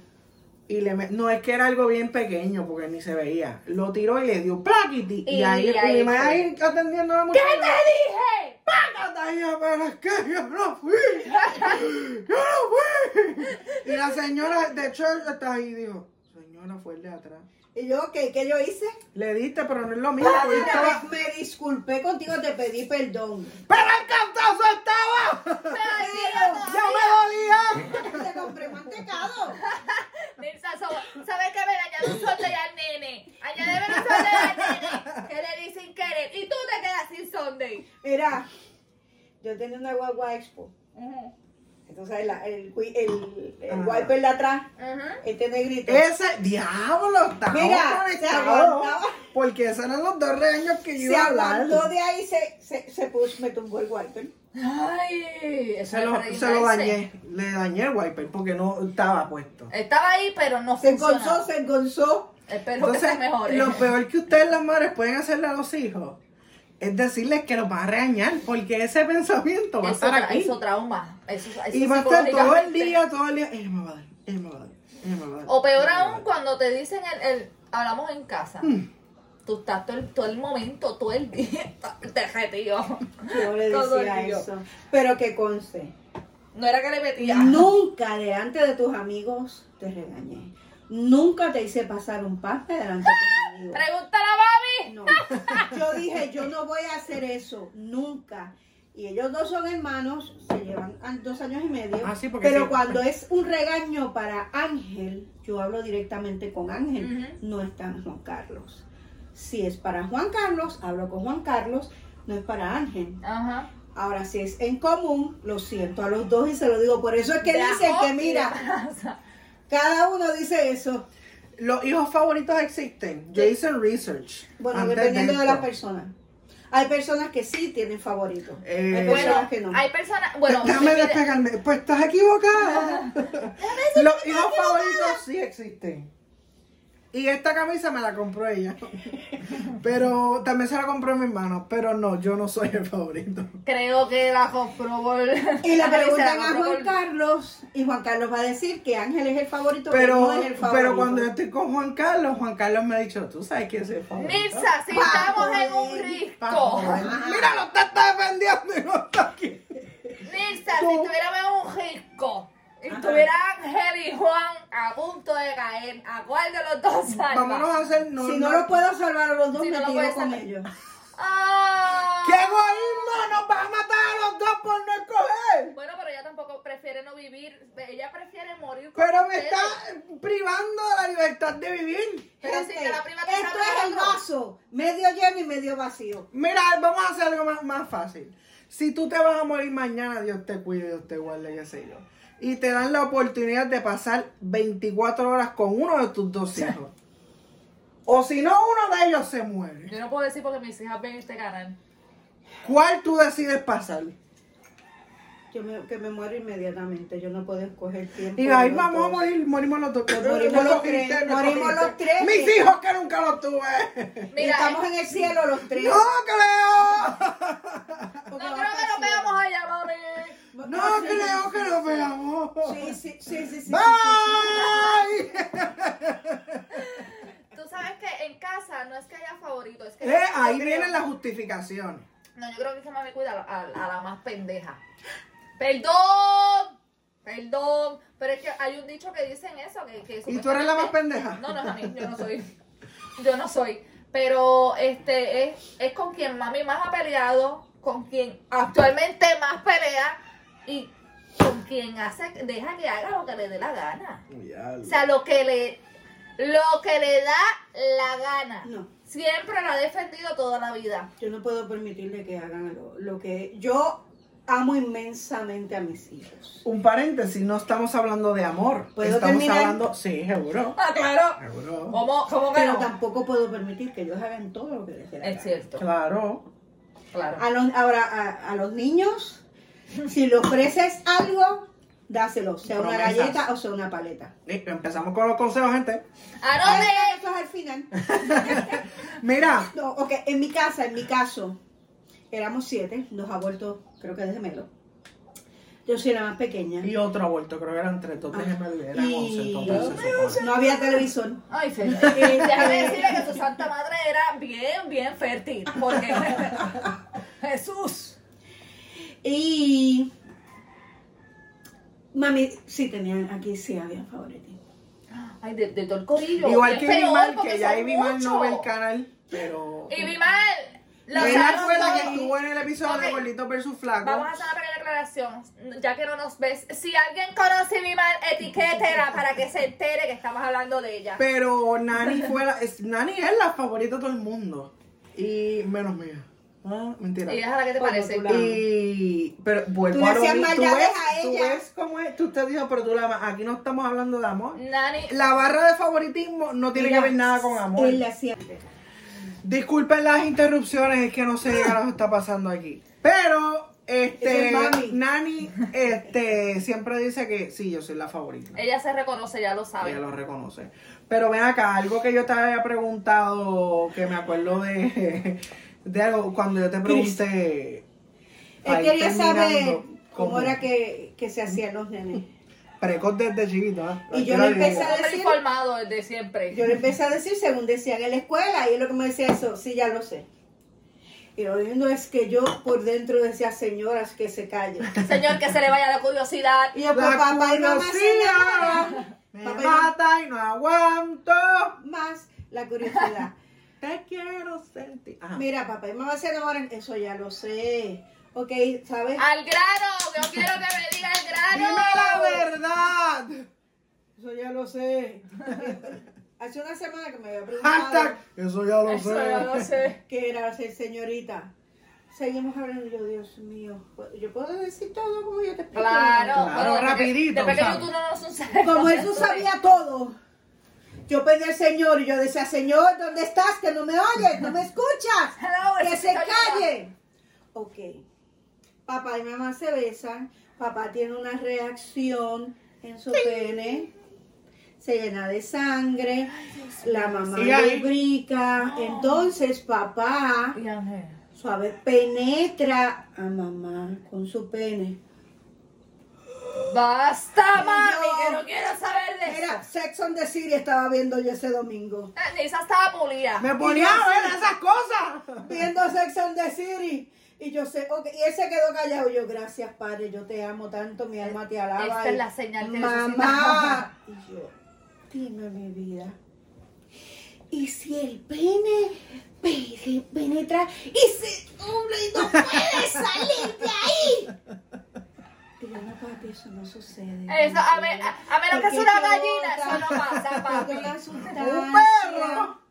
Y le me- no es que era algo bien pequeño porque ni se veía. Lo tiró y le dio plaquiti. Y, Y ahí, ahí y me fue. ahí atendiendo a la muchacha. ¿Qué te dije? ¡Págata! Y yo, pero es que yo no fui. ¡Yo no fui! Y la señora de church está ahí y dijo, señora, fue el de atrás. Y yo, ¿qué, qué yo hice? Le diste, pero no es lo mismo. Mira, porque estaba- me, me disculpé contigo, te pedí perdón. ¡Pero el cantazo estaba! ¡Ya me dolía! Te compré mantecado. Nilsa, so- ¿sabes qué? Ven, añade un sondeo al nene. Añade un sondeo al nene. Que le dicen querer. Y tú te quedas sin sondeo. Mira, yo tenía una guagua expo. Entonces la- el, wi- el, el, Ah. wiper de atrás, Ujú. este negrito. Ese diablo estaba Mira, se conectado. aguantaba. Porque esos eran los dos regaños que yo se iba a hablar. aguantó de ahí, se, se, se puso, me tumbó el wiper. Ay, eso Se es lo, para se lo irse. dañé, le dañé el wiper porque no estaba puesto. Estaba ahí, pero no Se funcionó. engonzó, se engonzó. Espero que ¿eh? Entonces, se mejore. lo peor que ustedes las madres pueden hacerle a los hijos es decirles que los va a regañar porque ese pensamiento va a Eso estar tra- aquí. Eso trauma. Eso, eso Y va a estar todo el psicológicamente. día, todo el día. Ella me va a dar, ella me va a dar, ella me va a dar. O ella peor me va a aún, dar. cuando te dicen el, el- hablamos en casa. Mm. Tú estás todo el, todo el momento, todo el día, te retiro. Yo le Todo el decía lío. eso. Pero que conste, No era que le metía. nunca delante de tus amigos te regañé. Nunca te hice pasar un pasta delante de tus amigos. Pregúntale a Bobby. No. Yo dije, yo no voy a hacer eso, nunca. Y ellos dos son hermanos, se llevan a- dos años y medio. Ah, sí, porque pero sí. cuando es un regaño para Ángel, yo hablo directamente con Ángel, Ujú. no está Juan Carlos. Si es para Juan Carlos, hablo con Juan Carlos, no es para Ángel. Ajá. Ahora, si es en común, lo siento a los dos y se lo digo. Por eso es que De dicen ajo que, y de mira, pasa. cada uno dice eso. Los hijos favoritos existen. Yo hice research. Bueno, antes dependiendo de, esto. las personas. Hay personas que sí tienen favoritos. Eh, hay Bueno, personas que no. hay personas. Bueno, Déjame mira, despegarme. Pues estás Ah. equivocada. Los hijos favoritos sí existen. Y esta camisa me la compró ella. Pero también se la compró mi hermano. Pero no, yo no soy el favorito. creo que la compró por. Y le preguntan a compró Juan por- Carlos y Juan Carlos va a decir que Ángel es el favorito, Pero, que no es el favorito. pero cuando yo estoy con Juan Carlos, Juan Carlos me ha dicho, tú sabes quién es el favorito. Nilsa, si estamos en un Pa' risco. joder. Mira, lo está, está defendiendo y no está aquí. Nilsa, si tuviéramos un risco. Y tuviera Ángel y Juan a punto de caer, ¿a cuál de los dos salva? Vámonos a hacer... No, si no, los puedo salvar a los dos, Si no me lo tiro puedes con salvar. ellos. ¡Ah! ¡Qué egoísmo! ¡Nos va a matar a los dos por no escoger! Bueno, pero ella tampoco prefiere no vivir. Ella prefiere morir. con Pero me ustedes. está privando de la libertad de vivir. Pero si Gente, te la privas, te esto salva es el otro. vaso, medio lleno y medio vacío. Mira, vamos a hacer algo más, más fácil. Si tú te vas a morir mañana, Dios te cuide, Dios te guarde, qué sé yo. Y te dan la oportunidad de pasar 24 horas con uno de tus dos hijos. O si no, uno de ellos se muere. Yo no puedo decir porque mis hijas ven este canal. ¿Cuál tú decides pasar? Yo me- que me muero inmediatamente, yo no puedo escoger tiempo. Y ay, los vamos a dos. morir, morimos los dos. Morimos los tres, morimos los tres. Mis hijos que nunca los tuve. Y Mira, Estamos eh, en el cielo los tres. No creo. no porque creo que va a estar nos cielo. veamos allá, mami. No creo que nos veamos. Sí, sí, sí, sí, sí, sí. ¡Bye! Tú sabes que en casa no es que haya favorito, es que. Eh, Eh, ahí vienen las justificaciones. No, yo creo que es que mami cuida a, la- a- a la más pendeja. ¡Perdón! Perdón. Pero es que hay un dicho que dicen eso. Que, que ¿Y tú eres la más supuestamente- pendeja? No, no, mami, yo no soy. Yo no soy. Pero este es, es con quien mami más ha peleado, con quien actualmente más pelea y con quien hace, deja que haga lo que le dé la gana. Ya, O sea, lo que le, lo que le da la gana. No. Siempre la ha defendido toda la vida. Yo no puedo permitirle que hagan lo, lo que yo amo inmensamente a mis hijos. Un paréntesis, no estamos hablando de amor. ¿Puedo estamos terminar? hablando. Sí, seguro. Ah, claro. Seguro. ¿Cómo, cómo que Pero no? tampoco puedo permitir que ellos hagan todo lo que les dé la Es gana. cierto, Claro. claro. A los- ahora, a, a los niños, si le ofreces algo, dáselo, sea una Promesas. galleta o sea una paleta. Y empezamos con los consejos, gente. Anote. Eso es al final. Mira, No, ok, en mi casa, en mi caso, éramos siete, dos abortos, creo que de gemelo. Yo soy la más pequeña. y otro aborto, creo que eran tres. Entonces, déjeme ver, eran Y- once, entonces, se supone. No había televisor. Ay, Fede. Y Déjame decirle que tu santa madre era bien, bien fértil. Porque. Jesús. Y mami, sí tenían aquí sí había favoritismo. Ay, de, de todo el corillo. Igual Es que peor Vimal, porque que ya son Vimal no ve el muchos. canal, pero... Y Vimal. la Vimal usamos fue la que todos. estuvo en el episodio de Ok. Gordito vs. Flaco. Vamos a hacer una pequeña declaración, ya que no nos ves. Si alguien conoce a Vimal, etiquétela para que se entere que estamos hablando de ella. Pero Nani fue la... es- Nani es la favorita de todo el mundo. Y menos mía. Ah, mentira. Y déjala que te Cuando parece. tú la- Y pero vuelvo Tú le a lo hacías mismo. maldades ves, a tú ella. ves cómo es, tú te dijo, pero tú la amas. aquí no estamos hablando de amor. Nani, La barra de favoritismo no tiene que ver nada con amor. Él le hacía. Disculpen las interrupciones, es que no sé qué carajo está pasando aquí. Pero, este, Eso es mami. Nani, este, siempre dice que sí, yo soy la favorita. ella se reconoce, ya lo Ella sabe. lo reconoce. Pero ven acá, algo que yo te había preguntado, que me acuerdo de, de algo, cuando yo te pregunté. Él ahí quería terminando, saber cómo como era que, que se hacían los nenes. Precoz desde chiquito, ¿ah? Y yo Era le empecé bien. a- Hombre informado desde siempre. Yo le empecé a decir según decían en la escuela, y él lo que me decía eso, sí, ya lo sé. Y lo lindo es que yo por dentro decía, señoras, que se callen. Señor, que se le vaya la curiosidad. Y La yo, pues, papá y mamá se enamoran, curiosidad me Papá y- mata y no aguanto. más la curiosidad. Te quiero sentir. Ajá. Mira, papá y mamá se enamoran, eso ya lo sé. Ok, ¿sabes? Al grano, yo quiero que me diga al grano. Dime la verdad. Eso ya lo sé. Hace una semana que me había preguntado Hashtag. Eso ya lo Eso sé. yo no sé. que era ser señorita. Seguimos hablando, yo, Dios mío. Yo puedo decir todo como yo te explico. Claro, Claro, de peque- rapidito, De pequeño ¿sabes? tú no nos sabes. Como él tú sabía todo. Yo pedí al Señor y yo decía, Señor, ¿dónde estás? Que no me oyes, no me escuchas. Hello, que se estoy calle. Ok. Papá y mamá se besan. Papá tiene una reacción en su pene. Se llena de sangre. La mamá Y ahí- lubrica. Entonces papá Y Ángel. suave penetra a mamá con su pene. Basta, mami, Yo- que no quiero saber de eso. Era Sex on the City estaba viendo yo ese domingo. Ah, Esa estaba pulida. Me ponía a ver esas cosas. viendo Sex and the City. Y yo sé, ok, y él se quedó callado. Yo, gracias, padre, yo te amo tanto, mi alma te alaba. Esta Y, es la señal que Mamá. Y yo, dime mi vida. Y si el pene pene- penetra y se doble y no puede salir de ahí. Y yo, no, papi, eso no sucede. Eso, a, ver, a, a menos que Porque sea una qué gallina, otra. eso no pasa, Porque la papi. sustancia- perro.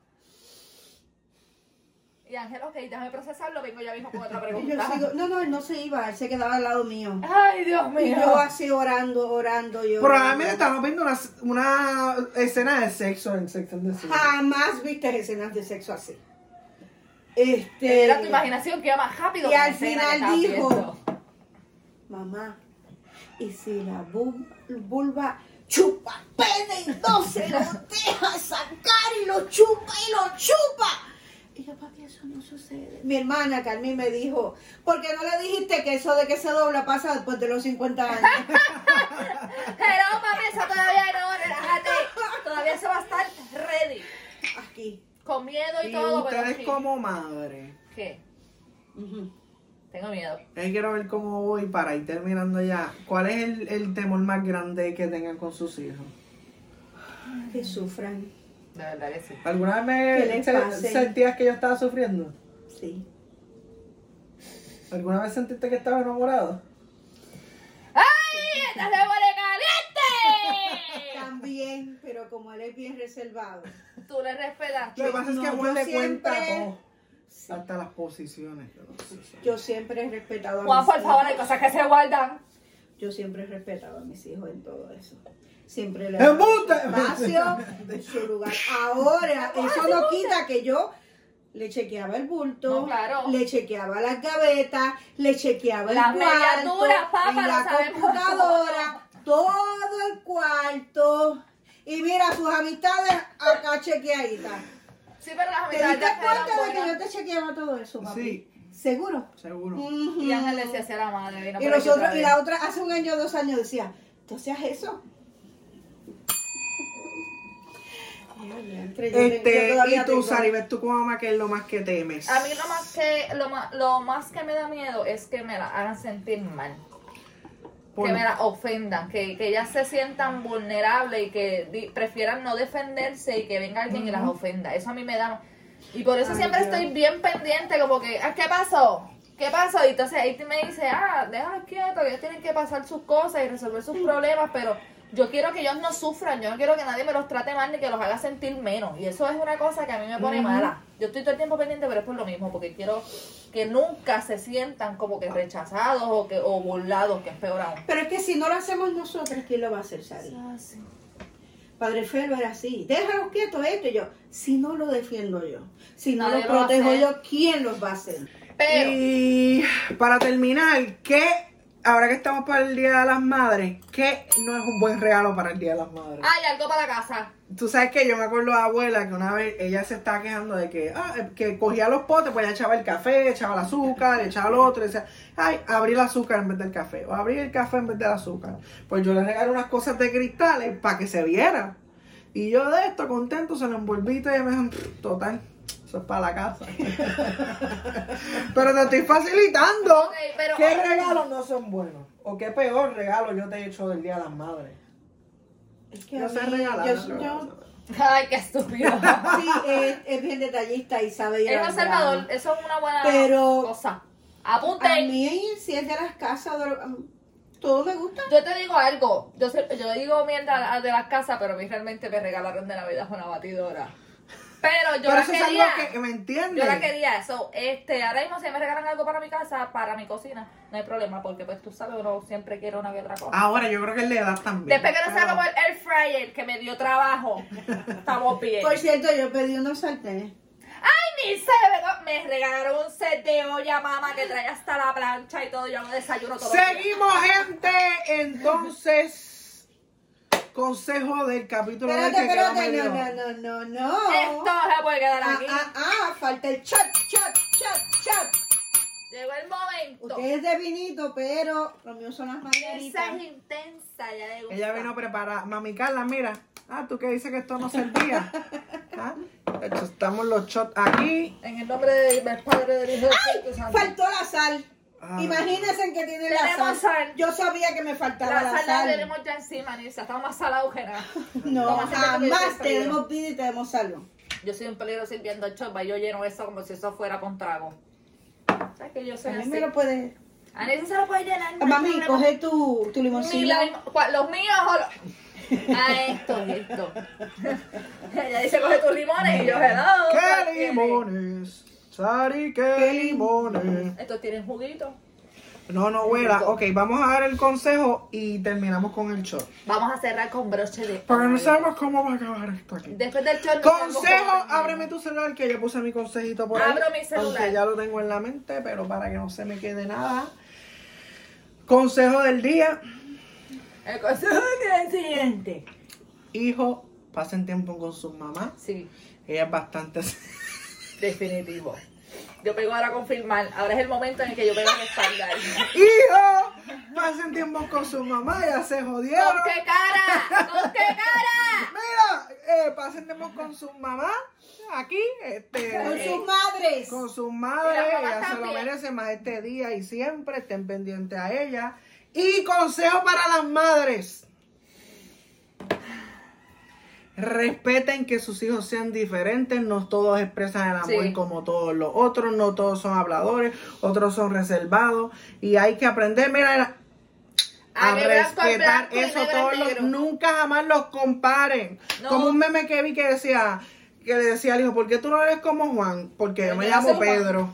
Y Ángel, ok, déjame procesarlo, vengo ya mismo con otra Y yo pregunta. sigo, no, no, él no se iba, él se quedaba al lado mío. Ay, Dios Y mío. yo así orando, orando, yo. Probablemente estamos viendo una, una escena de sexo en Sex and the City. Ah, Jamás viste escenas de sexo así. Era tu Este. imaginación que iba más rápido. Y que la al escena que final estabas dijo- viendo. Mamá, y si la bu- vulva chupa pene y no se lo deja sacar y lo chupa y lo chupa. Y yo, papi, eso no sucede. Mi hermana Carmen me dijo, ¿por qué no le dijiste que eso de que se dobla pasa después de los 50 años? Pero mami, eso todavía no, relájate. Todavía eso va a estar ready. Aquí. Con miedo y, Y todo, pero ustedes sí. como madre, ¿Qué? Ujú. Tengo miedo. Eh, quiero ver cómo voy para ir terminando ya. ¿Cuál es el, el temor más grande que tengan con sus hijos? Que sufran. De verdad que sí. ¿Alguna Que vez les se- pase. sentías que yo estaba sufriendo? Sí. ¿Alguna vez sentiste que estaba enamorado? ¡Ay! ¡Estás de mole caliente! También, pero como él es bien reservado. Tú le respetas. Lo que pasa es que a no, uno yo le cuenta siempre- todo. Hasta las posiciones. yo no sé, sí. Yo siempre he respetado a Juan, mis por favor, hay hijos. cosas que se guardan. Yo siempre he respetado a mis hijos en todo eso. Siempre le he dado su ¡Embuste! espacio, su lugar. Ahora, eso no quita que yo le chequeaba el bulto, No, claro. le chequeaba las gavetas, le chequeaba el Las medias cuarto, duras, papá, y lo la sabemos computadora, todo el cuarto. Y mira, sus amistades acá chequeaditas. Sí, pero las ¿Te amistades ya diste cuenta de que yo buenas. te chequeaba todo eso, papi? Sí, ¿Seguro? seguro. Ujú. Y Ángel le decía así a la madre. vino Y por aquí nosotros, otra y vez. la otra hace un año o dos años decía, ¿tú hacías eso? Este, y tú, Saribet, tú como mamá, ¿qué es lo más que temes? A mí lo más que lo más, lo más que me da miedo es que me la hagan sentir mal, Por- que me la ofendan, que, que ellas se sientan vulnerables y que di- prefieran no defenderse y que venga alguien y las ofenda. Eso a mí me da y por eso Ay, siempre Dios. estoy bien pendiente como que "Ah, ¿qué pasó? ¿Qué pasó? Y entonces ahí me dice, ah, déjalos quietos, ellos tienen que pasar sus cosas y resolver sus Mm. problemas, pero yo quiero que ellos no sufran, yo no quiero que nadie me los trate mal ni que los haga sentir menos. Y eso es una cosa que a mí me pone mala. Yo estoy todo el tiempo pendiente, pero es por lo mismo, porque quiero que nunca se sientan como que rechazados o que o burlados, que es peor aún. Pero es que si no lo hacemos nosotros, ¿quién lo va a hacer, Sari? Padre Felo era así, déjalos quietos esto. Y yo, si no lo defiendo yo, si no Nadie los lo va a protejo hacer. yo, ¿quién los va a hacer? Pero Y para terminar, ¿qué, ahora que estamos para el Día de las Madres, qué no es un buen regalo para el Día de las Madres? hay algo para casa. Tú sabes que yo me acuerdo de abuela que una vez ella se estaba quejando de que, ah, eh, que cogía los potes, pues ella echaba el café, echaba el azúcar, echaba el otro, y decía, ay, abrí el azúcar en vez del café, o abrí el café en vez del azúcar. Pues yo le regalé unas cosas de cristales para que se viera. Y yo de esto, contento, se lo envolví y ella me dijo, "Pff, total, eso es para la casa. pero te estoy facilitando. Ok, pero- ¿Qué regalos no son buenos? ¿O qué peor regalo yo te he hecho del Día de las Madres? Es que No a sé mí- regalar. yo- no sé yo- regalar. Ay, qué estúpido. sí, es, es bien detallista y sabe es llevar conservador, bravo. eso es una buena Pero- cosa. A Apunten. mí, si es de las casas, de lo- um, todo me gusta. Yo te digo algo, yo, sé- yo digo mierda de las casas, pero a mí realmente me regalaron de Navidad una batidora. Pero yo Pero la eso quería. es algo que, ¿me entiendes? Yo la quería, eso, este, ahora mismo si me regalan algo para mi casa, para mi cocina, no hay problema, porque pues tú sabes, uno siempre quiere una que otra cosa. Ahora yo creo que es la edad también. Después que no sea como el air fryer que me dio trabajo, estamos bien. Pues Por cierto, yo pedí unos sartenes. Ni se me me regalaron un set de olla, mamá, que trae hasta la plancha y todo, yo lo desayuno todo. Seguimos, gente. Entonces, consejo del capítulo de Espérate, que quedó espérate, no, medio- no, no, no, no. Esto se puede quedar Ah, aquí. ah, ah, falta el chat, chat, chat, chat. Llegó el momento. Usted es de vinito, pero lo mío son las Esa es margaritas. intensa, ya le gusta. Ella vino preparada. Mami Carla, mira. Ah, tú que dices que esto no servía. Ah, hecho, Estamos los shots aquí. En el nombre de- del Padre, del Hijo y del Espíritu Santo. Faltó la sal. Ah. Imagínense que tiene la sal. Tenemos sal. Yo sabía que me faltaba La la, sal la sal. tenemos ya encima, Nisa. Estamos más salados que nada. No, Vamos a hacer que jamás te frío. tenemos vida y tenemos salvo. Yo soy un peligro sirviendo chopa. Yo lleno eso como si eso fuera con trago. ¿Sabes que yo A soy mí así? me lo puede. A Nisa se lo puede llenar. no hay Mami, problema. coge tu, tu Mi limoncillo. lime- ¿cuál? ¿Los míos o los.? A esto, esto. Ella dice, coge tus limones y yo, hello. ¿cuál ¡Qué tiene? limones! Sari, qué limones. Estos tienen juguito. No, no, huela. Ok, vamos a dar el consejo y terminamos con el shot. Vamos a cerrar con broche de. Porque no oro. sabemos cómo va a acabar esto aquí. Después del short. nos vamos Consejo, con- ábreme tu celular que yo puse mi consejito por ahí. Abro mi celular. Aunque ya lo tengo en la mente, pero para que no se me quede nada. Consejo del día, El consejo que es el siguiente. hijo, pasen tiempo con sus mamás. Sí, Ella es bastante definitivo. Yo pego ahora a confirmar. Ahora es el momento en el que yo pego a respaldar. Hijo, pasen tiempo con sus mamás, ya se jodieron. ¿Con qué cara? ¿Con qué cara? Mira, eh, pasen tiempo con sus mamás aquí, este, Con eh, sus madres. con sus madres, Pues, Y ella las mamás se lo también. merece más este día y siempre estén pendientes a ella. Y consejo para las madres. Respeten que sus hijos sean diferentes, no todos expresan el amor Sí. como todos los otros, no todos son habladores, otros son reservados y hay que aprender, mira, a, A negras con respetar blanco y eso negras todos los, negro. nunca jamás los comparen. No. Como un meme que vi que decía, que le decía al hijo, ¿por qué tú no eres como Juan? Porque yo me Yo llamo soy Juan. Pedro.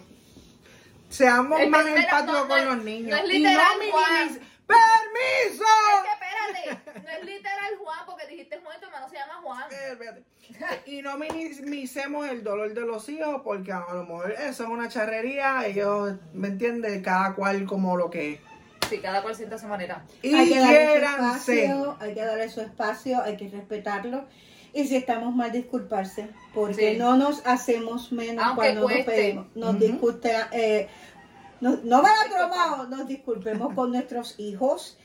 Seamos Es que, más espera, empáticos no, con no es- los niños. no es Y literal, minimiz- Juan. ¡Permiso! Es que espérate, no es literal Juan porque dijiste Juan y tu hermano se llama Juan. Eh, espérate. Y no minimicemos el dolor de los hijos porque a lo mejor eso es una charrería, ellos, ¿me entiendes? Cada cual como lo que es. Sí, cada cual sienta a su manera. Y hay que darle su quiéranse. ¿Eh? espacio, hay que darle su espacio, hay que respetarlo. Y si estamos mal, disculparse, porque Sí. no nos hacemos menos Aunque cuando cueste. nos pedimos. Nos Ujú. discute, eh, nos- no van a bromar, nos disculpemos con nuestros hijos.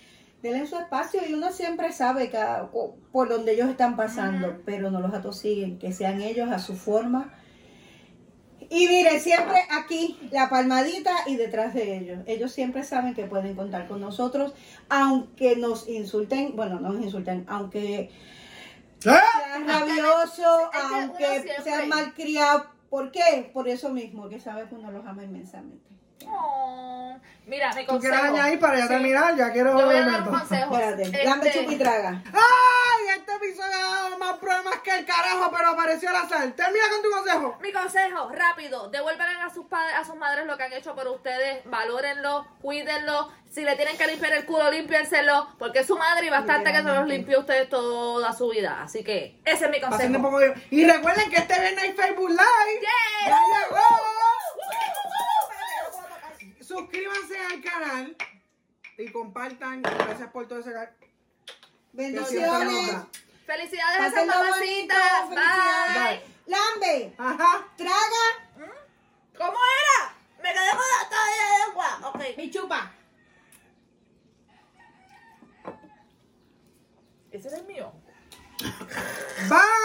Denle su espacio y uno siempre sabe cada- o- por donde ellos están pasando, Ujú. pero no los atosiguen, que sean ellos a su forma. Y miren, siempre aquí, la palmadita y detrás de ellos. Ellos siempre saben que pueden contar con nosotros, aunque nos insulten, bueno, no nos insulten, aunque ¿Eh? sean Es rabiosos, que uno aunque siempre- sean malcriados. ¿Por qué? Por eso mismo, que sabes que uno los ama inmensamente. Oh, mira, mi ¿Tú consejo. quieres añadir para ya Sí. terminar? Ya quiero... Yo voy a dar momento. un consejo. Espérate, Este, dame chupitraga. ¡Ay! Este episodio ha dado más problemas que el carajo, pero apareció al azar. Termina con tu consejo. Mi consejo, rápido, devuelvan a sus padres, a sus madres lo que han hecho por ustedes, valórenlo, cuídenlo, si le tienen que limpiar el culo, límpienselo, porque es su madre y bastante que se los limpió a ustedes toda su vida. Así que ese es mi Pasen consejo. de poco de- Y recuerden que este viernes hay Facebook Live. Yeah. ¡Ya llegó! Suscríbanse al canal y compartan. Gracias por todo ese canal. Bendiciones. Felicidades a esas Pásenlo bonito. mamacitas. felicidades. Bye. Lambe, Ajá. traga ¿Cómo era? Me quedé con la toalla de agua. Ok. y chupa. Ese es el mío. Bye.